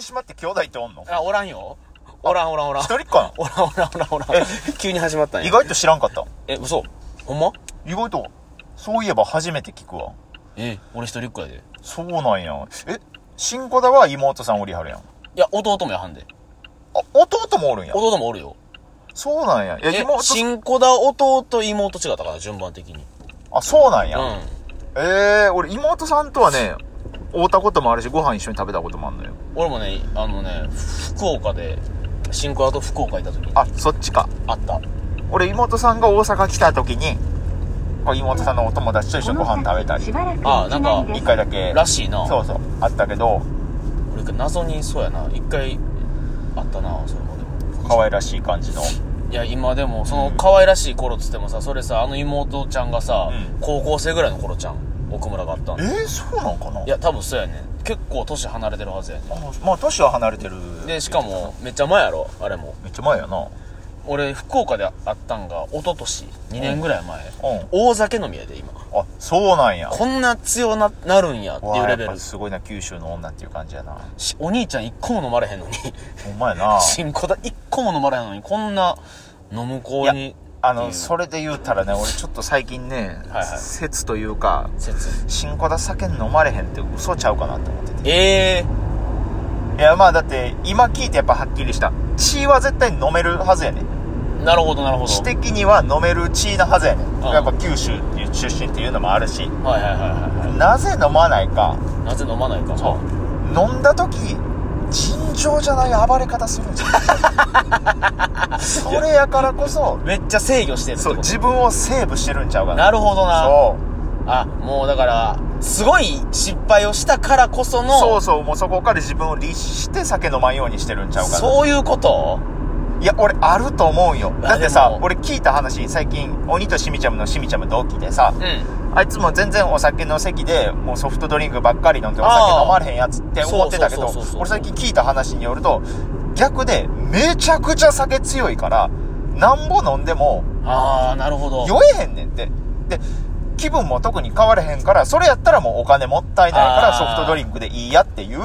島って兄弟っておんのあ、おらんよ。おらんおらんおらん。一人っ子なのおらんおらんおらんおらん。え 急に始まったん意や。外と知らんかった。え、嘘ほんま意外と、そういえば初めて聞くわ。え、俺一人っ子やで。いそうなんや。え、新子だは妹さんおりはるやん。や、弟もやはんで。あ、弟もおるんや。弟もおるよ。そうなんや。え、え妹、、さん新子だ、弟、妹違ったから、順番的に。あ、そうなんや。うん。ええー、俺妹さんとはね、会うたこともあるし、ご飯一緒に食べたこともあるのよ。俺もね、あのね、福岡で、新子だと福岡行った時に、ああ、そっちか。った。俺妹さんが大阪来た時に、こう妹さんのお友達と一緒にご飯食べたり、あなんか一回だけ、らしいな。そうそう、あったけど、俺か謎にそうやな一回あったなそれもでも可愛らしい感じの。いや今でもその可愛らしい頃っつってもさそれさあの妹ちゃんがさ、うん高校生ぐらいの頃ちゃん奥村があったんえいー、そうなんかないや多分そうやねん結構年離れてるはずやねあまあ、年は離れてる。んでしかもめっちゃ前やろあれもめっちゃ前やな。俺福岡であったんが一昨年2年ぐらい前、うん。大酒飲みやで今あ、そうなんや。こんな強ななるんやってわいうあやレっベルぱすごいな、九州の女っていう感じやな。しお兄ちゃん一個も飲まれへんのに。ほんまやな 新子だ一個も飲まれへんのにこんな飲む子にあっていの、うそれで言うたらね、俺ちょっと最近ね、はいはい説というか、説新子だ酒飲まれへんって嘘ちゃうかなって思ってて。ええいや、まあだって、今聞いてやっぱはっきりした。血は絶対飲めるはずやねん。なるほどなるほど血的には飲める血なはずやねん。んやっぱ九州っていう出身っていうのもあるし、はいはいはいはなぜ飲まないか、いなぜ飲まないかそう飲んだ時、尋常じゃない暴れ方するんじゃ ないそれやからこそ、めっちゃ制御してるってそう、こと自分をセーブしてるんちゃうかな。なるほどなそう。あもうだからすごい失敗をしたからこそのそうそう、もうそこから自分を律して酒飲まんようにしてるんちゃうかな。そういうこといや、俺、あると思うんよ。あだってさで、も俺聞いた話、最近、鬼としみちゃむのしみちゃむ同期でさう、んあいつも全然お酒の席で、もうソフトドリンクばっかり飲んでお酒飲まれへんやつって思ってたけそどうそうそうそうそう、俺最近聞いた話によると、逆で、めちゃくちゃ酒強いから、なんぼ飲んでも、ああなるほど酔えへんねんって。で、気分も特に変われへんから、それやったらもうお金もったいないかあーらソフトドリンクでいいやっていう、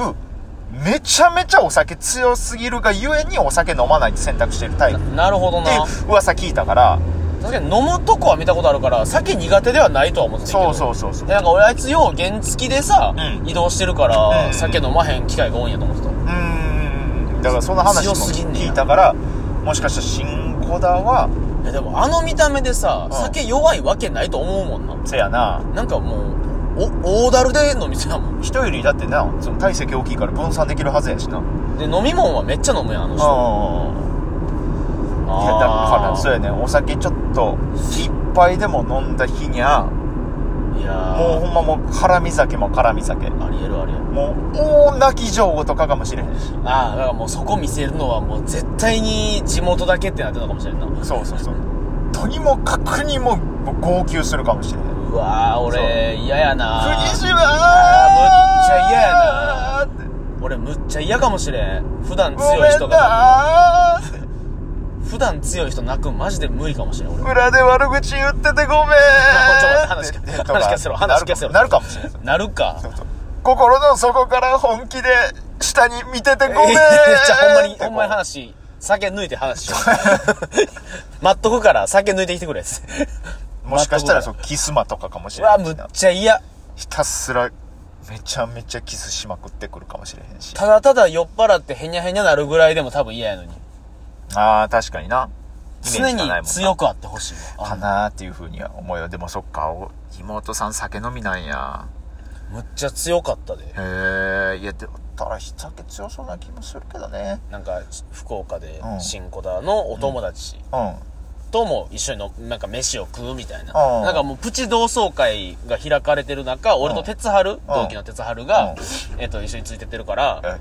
めちゃめちゃお酒強すぎるがゆえにお酒飲まないって選択してるタイプっなるほどてないう噂聞いたから、確かに飲むとこは見たことあるから酒苦手ではないとは思ってたけそどうそうそうそう。でなんか俺あいつよう原付でさ、うん移動してるから、うん酒飲まへん機会が多いんやと思ってたうーん、だからその話も強すぎんねや聞いたから、もしかしたら新小田は、いやでもあの見た目でさ、うん酒弱いわけないと思うもんなせやな、なんかもう、お、大樽で飲みそうやもん。人よりだってな、その体積大きいから分散できるはずやしな。うん。いで、飲み物はめっちゃ飲むやん、あのや、だ人。あから、そうやね、お酒ちょっと、一杯でも飲んだ日にゃ、いやもうーほんまもう辛み酒も辛み酒ありえるありえる。もう大泣き情報とかかもしれへんしああ、だからもうそこ見せるのはもう絶対に地元だけってなってたかもしれんな。うそうそうそうとにもかくにももう号泣するかもしれへん藤わー、俺、嫌やな島あむっちゃ嫌やな俺むっちゃ嫌かもしれん。普段ご強いめ人んが、なーって普段強い人泣くんマジで無理かもしれん、俺。裏で悪口言ってて ごめんちょっと待って話聞ってとか話聞かせろ話聞かせろなるかもなるかもしれなないるか。心の底から本気で下に見ててご めんじゃあほんまに、ってほんまに話、酒抜いて話しよ う。待っとくから酒抜いてきてくれ。もしかしたらそうキスマとかかもしうれなわ、いしなむっちゃ嫌。ひたすらめちゃめちゃキスしまくってくるかもしれへんしただただ酔っ払ってへにゃへにゃなるぐらいでも多分嫌やのに。ああ確かになイメ常ージがないもんにな強くあってほしいわ。かあなーっていうふうには思うよでもそっかお妹さん酒飲みなんやむっちゃ強かったで。へえいやでもたら酒強そうな気もするけどねなんか、福岡でう、ん新子だのお友達うんとも一緒にの、なんか飯を食うみたいな。うんなんかもうプチ同窓会が開かれてる中、俺と鉄春、同期の鉄春がうん、えっと、一緒についてってるから、え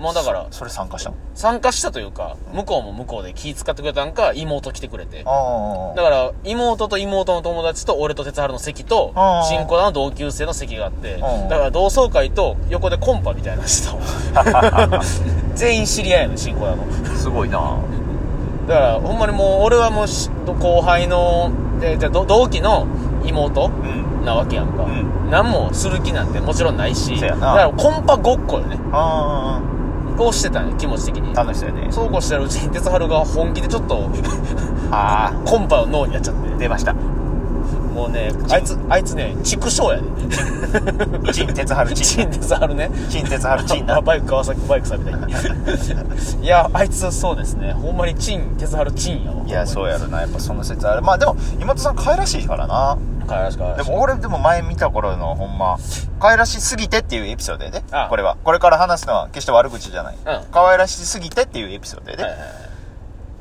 もうだから、それ参加したの参加したというか、向こうも向こうで気使ってくれたんか、妹来てくれて。あだから、妹と妹の友達と、俺と哲春の席とあ、ー新子らの同級生の席があって、だあーから同窓会と、横でコンパみたいなのして たもん全員知り合いやの、新子らの。あすごいなだから、ほんまにもう、俺はもうし、後輩の、でじゃあど同期の妹うんなわけやんか。うん何もする気なんてもちろんないし、そやだなからコンパごっこよね。あをしてたんよ気持ち的にあの人やねそうこうしてるうちに哲治が本気でちょっとあコンパを脳にやっちゃってあ出ま したもうねあいつあいつね畜生やね陳哲春陳陳哲治ね陳哲春陳あなバイク川崎バイクさんみたいにいやあいつそうですねほんまに陳哲治陳やわいやそうややろなやっぱその説あるまあでも今田さん可愛らしいからな帰らしかでも俺でも前見た頃のほんま可愛らしすぎてっていうエピソードやでああこれはこれから話すのは決して悪口じゃない、ん可愛らしすぎてっていうエピソードやで、はいはいはい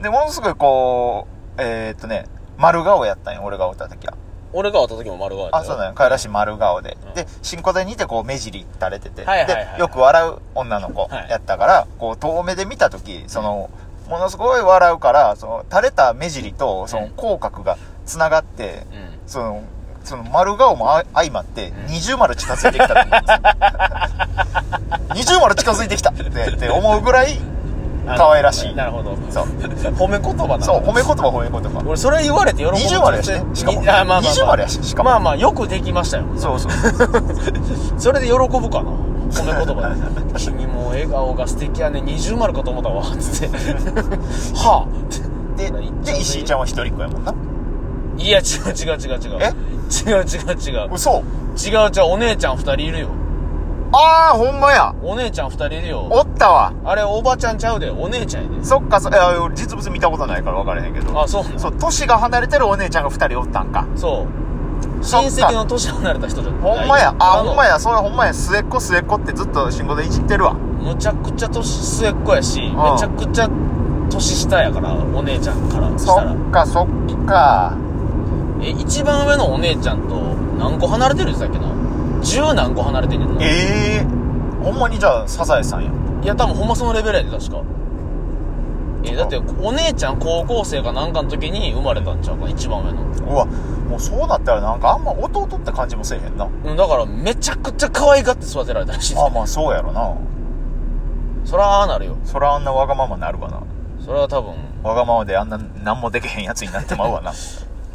でものすごいこうえー、っとね丸顔やったんよ俺がおった時は俺が会った時も丸顔やったあよそうだよ可愛らしい丸顔で、うんで新古典にてこう目尻垂れてて、はいはいはいはいでよく笑う女の子はいやったから、こう遠目で見た時その、ものすごい笑うからその垂れた目尻とそうんの口角がつながって、うんそのその丸顔もあ相まってん二重丸近づいてきたと思う んですよ二重丸近づいてきたってって思うぐらいあの可愛らしいなるほどそう 褒め言葉なのそう褒め言葉褒め言葉俺それ言われて喜ぶ二重丸やしねしかもいやまあまあまあ二重丸やししかもまあまあよくできましたよそうそうそれで喜ぶかな褒め言 葉で君も笑顔が素敵やね二重丸かと思ったわつってはあでで石井ちゃんは一人っ子やもんないや違う違う違う違うえ違う違う違う嘘違う違うお姉ちゃん二人いるよああほんまやお姉ちゃん二人いるよおったわあれおばちゃんちゃうでお姉ちゃんやでそっかそいや俺実物見たことないから分からへんけどあそうなんそう年が離れてるお姉ちゃんが2人おったんかそうそっ親か戚の年離れた人じゃないほんまやあのほんまやそうやほんまや末っ子末っ子ってずっと信号でいじってるわむちゃくちゃ年末っ子やしめちゃくちゃ年下やからお姉ちゃんからしそたらっかそっかえ一番上のお姉ちゃんと何個離れてるんだっけな十何個離れてんねんなええほんまにじゃあサザエさんやいや多分ほんまそのレベルやで確かえだってお姉ちゃん高校生かなんかの時に生まれたんちゃうかな一番上のうわもうそうなったらなんかあんま弟って感じもせえへんなうんだからめちゃくちゃ可愛がって育てられたらしいまあまあそうやろなそらああなるよそらあんなわがままなるわなそれは多分わがままであんな何もできへんやつになってまうわない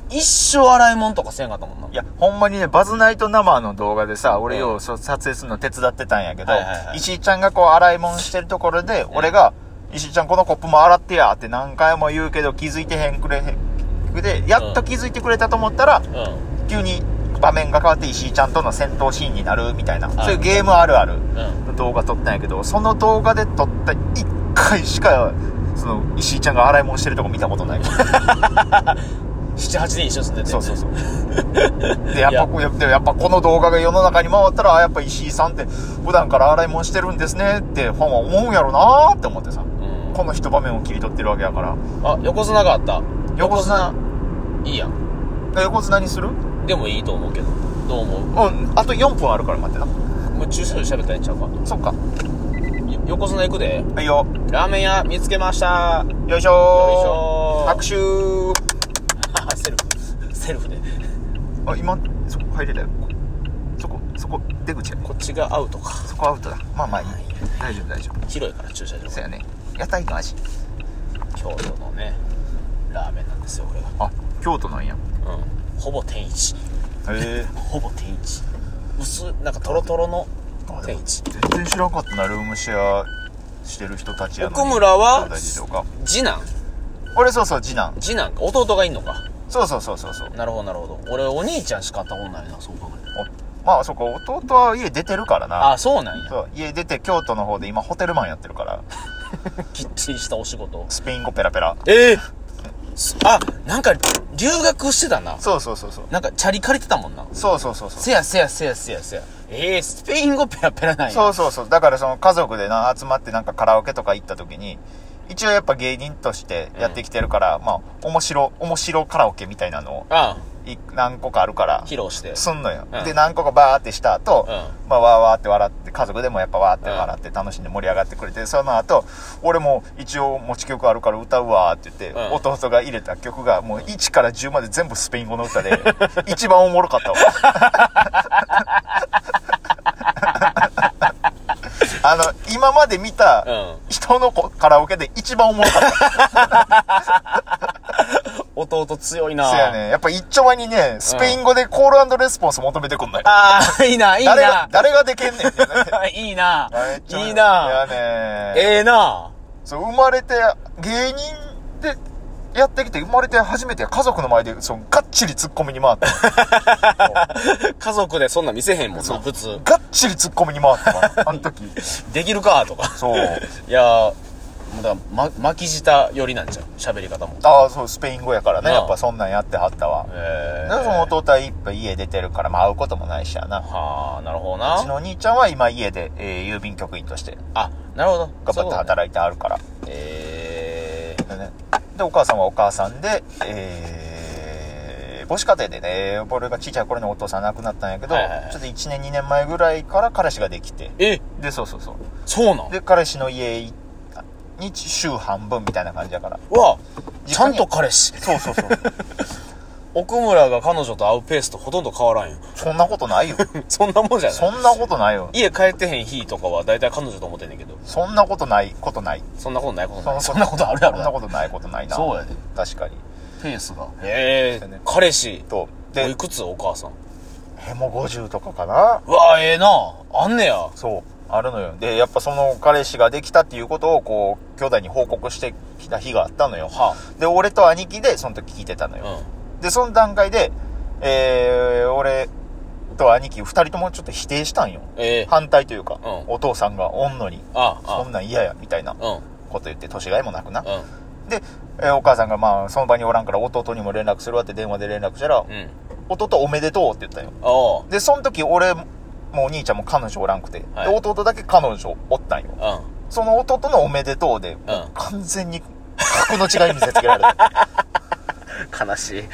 一生洗い物とかせんかったもんなやほんまにねバズナイト生の動画でさ俺ようそう撮影するの手伝ってたんやけど、はいはいはい石井ちゃんがこう洗い物してるところで俺が「石井ちゃんこのコップも洗ってや」って何回も言うけど気づいてへんくれへんでやっと気づいてくれたと思ったら、う急に場面が変わって石井ちゃんとの戦闘シーンになるみたいな、いそういうゲームあるあんるうんの動画撮ったんやけどその動画で撮った1回しかその石井ちゃんが洗い物してるとこ見たことない78人一緒に住んでてそうそうそうでやっぱこうやっぱやっぱこの動画が世の中に回ったらあやっぱ石井さんって普段から洗い物してるんですねってファンは思うんやろなーって思ってさうんこの一場面を切り取ってるわけやからあ横綱があった横綱いいやん横綱にするでもいいと思うけどどう思うんあと4分あるから待ってなうもう駐車場で喋ったらええんちゃうかそっかよ横綱行くではいよラーメン屋見つけました よいよいししょょーー拍手あセルフセルフであ今そこ入れたよそこそこ出口やこっちがアウトかそこアウトだまあまあいい大丈夫大丈夫広いから駐車場そうやね屋台の味京都のねラーメンなんですよこれあ京都なんやへがうんほぼ天一えほぼ天一薄いなんかトロトロの天一全然知らんかったなルームシェアしてる人たちやのに奥村は兄弟事情か次男俺そうそう次男次男か弟がいんのかそうそうそうそうそうなるほどなるほど俺お兄ちゃんしか会ったことないなそう考えたらおまあそこ弟は家出てるからなあそうなんやそう家出て京都の方で今ホテルマンやってるからきっちりしたお仕事スペイン語ペラペラええあなんか留学してたなそうそうそうそうなんかチャリ借りてたもんなそうそうそうそうせやせやせやせやせやええスペイン語ペラペラなんやそうそうそう。だからその家族でな、集まってなんかカラオケとか行った時に、一応やっぱ芸人としてやってきてるから、まあ、面白、面白カラオケみたいなのをあい何個かあるからあ、披露してすんのよ。うんで、何個かバーってした後、うまあ、わーわーって笑って、家族でもやっぱわーって笑って楽しんで盛り上がってくれて、その後、俺も一応持ち曲あるから歌うわーって言って、うん弟が入れた曲がもう1から10まで全部スペイン語の 歌で、一番おもろかったわ。あの、今まで見うたん人のこカラオケで一番おもろかった。弟強いなそうやね。やっぱ一丁前にね、スペイン語でコールレスポンス求めてくんない。ああ、いいな、いい誰がな、。誰ができんねんってねいいなめっ。ちゃいいな。やねええな。そう、生まれて、芸人でやってきて、生まれて初めて家族の前で、そう、がっちり突っ込みに回って、家族でそんなん見せへんもんな、普通。がっちり突っ込みに回って た、あの時。できるかとか。そう。いやー、もうだから、ま、巻き舌寄りなんじゃん。喋り方も。ああ、そう、スペイン語やからなね。あやっぱそんなんやってはったわ。えで、えその弟は一歩家出てるから、まあ会うこともないしやな。はあ、なるほどうちな。のお兄ちゃんは今家で、えー郵便局員としてあ、なるほど。頑張ってそういうこ働いてあるから。とねえでね。で、お母さんはお母さんで、えー、母子家庭でね、俺がちっちゃい頃にお父さん亡くなったんやけど、はいはいはいちょっと1年2年前ぐらいから彼氏ができて。ー、え、で、そうそうそう。そうなんで、彼氏の家に週半分みたいな感じだから。うわ、実家にちゃんと彼氏。そうそ うそう。奥村が彼女と会うペースとほとんど変わらんよ。そんなことないよ。そんなもんじゃないそんなことないよ。家帰ってへん日とかは大体彼女と思ってんねんけど、そんなことない、ことない。そんなことないことない。そそんんななここととあるやろそんなことないことないな。そうやで。確かに。ペースが。えそうやねえ、彼氏。と、おでい、くつお母さん。へも50とかかなうわ、ええな。あんねや。そう。あるのよ。で、やっぱその彼氏ができたっていうことを、こう、兄弟に報告してきた日があったのよ。はで、俺と兄貴で、その時聞いてたのあ。よ。うで、その段階で、えー、俺と兄貴、二人ともちょっと否定したんよ。ん。ええ。反対というか、うんお父さんがおんのに、あそんあ、なん嫌や、みたいなうん。こと言って、年がいもなくな。うん。で、えーお母さんがまあ、その場におらんから弟にも連絡するわって電話で連絡したら、うん。弟おめでとうって言ったんよ。おう。で、その時俺もお兄ちゃんも彼女おらんくて、はいで弟だけ彼女おったんよ。うん。その弟のおめでとうで、うん。完全に格の違い見せつけられた。悲しい。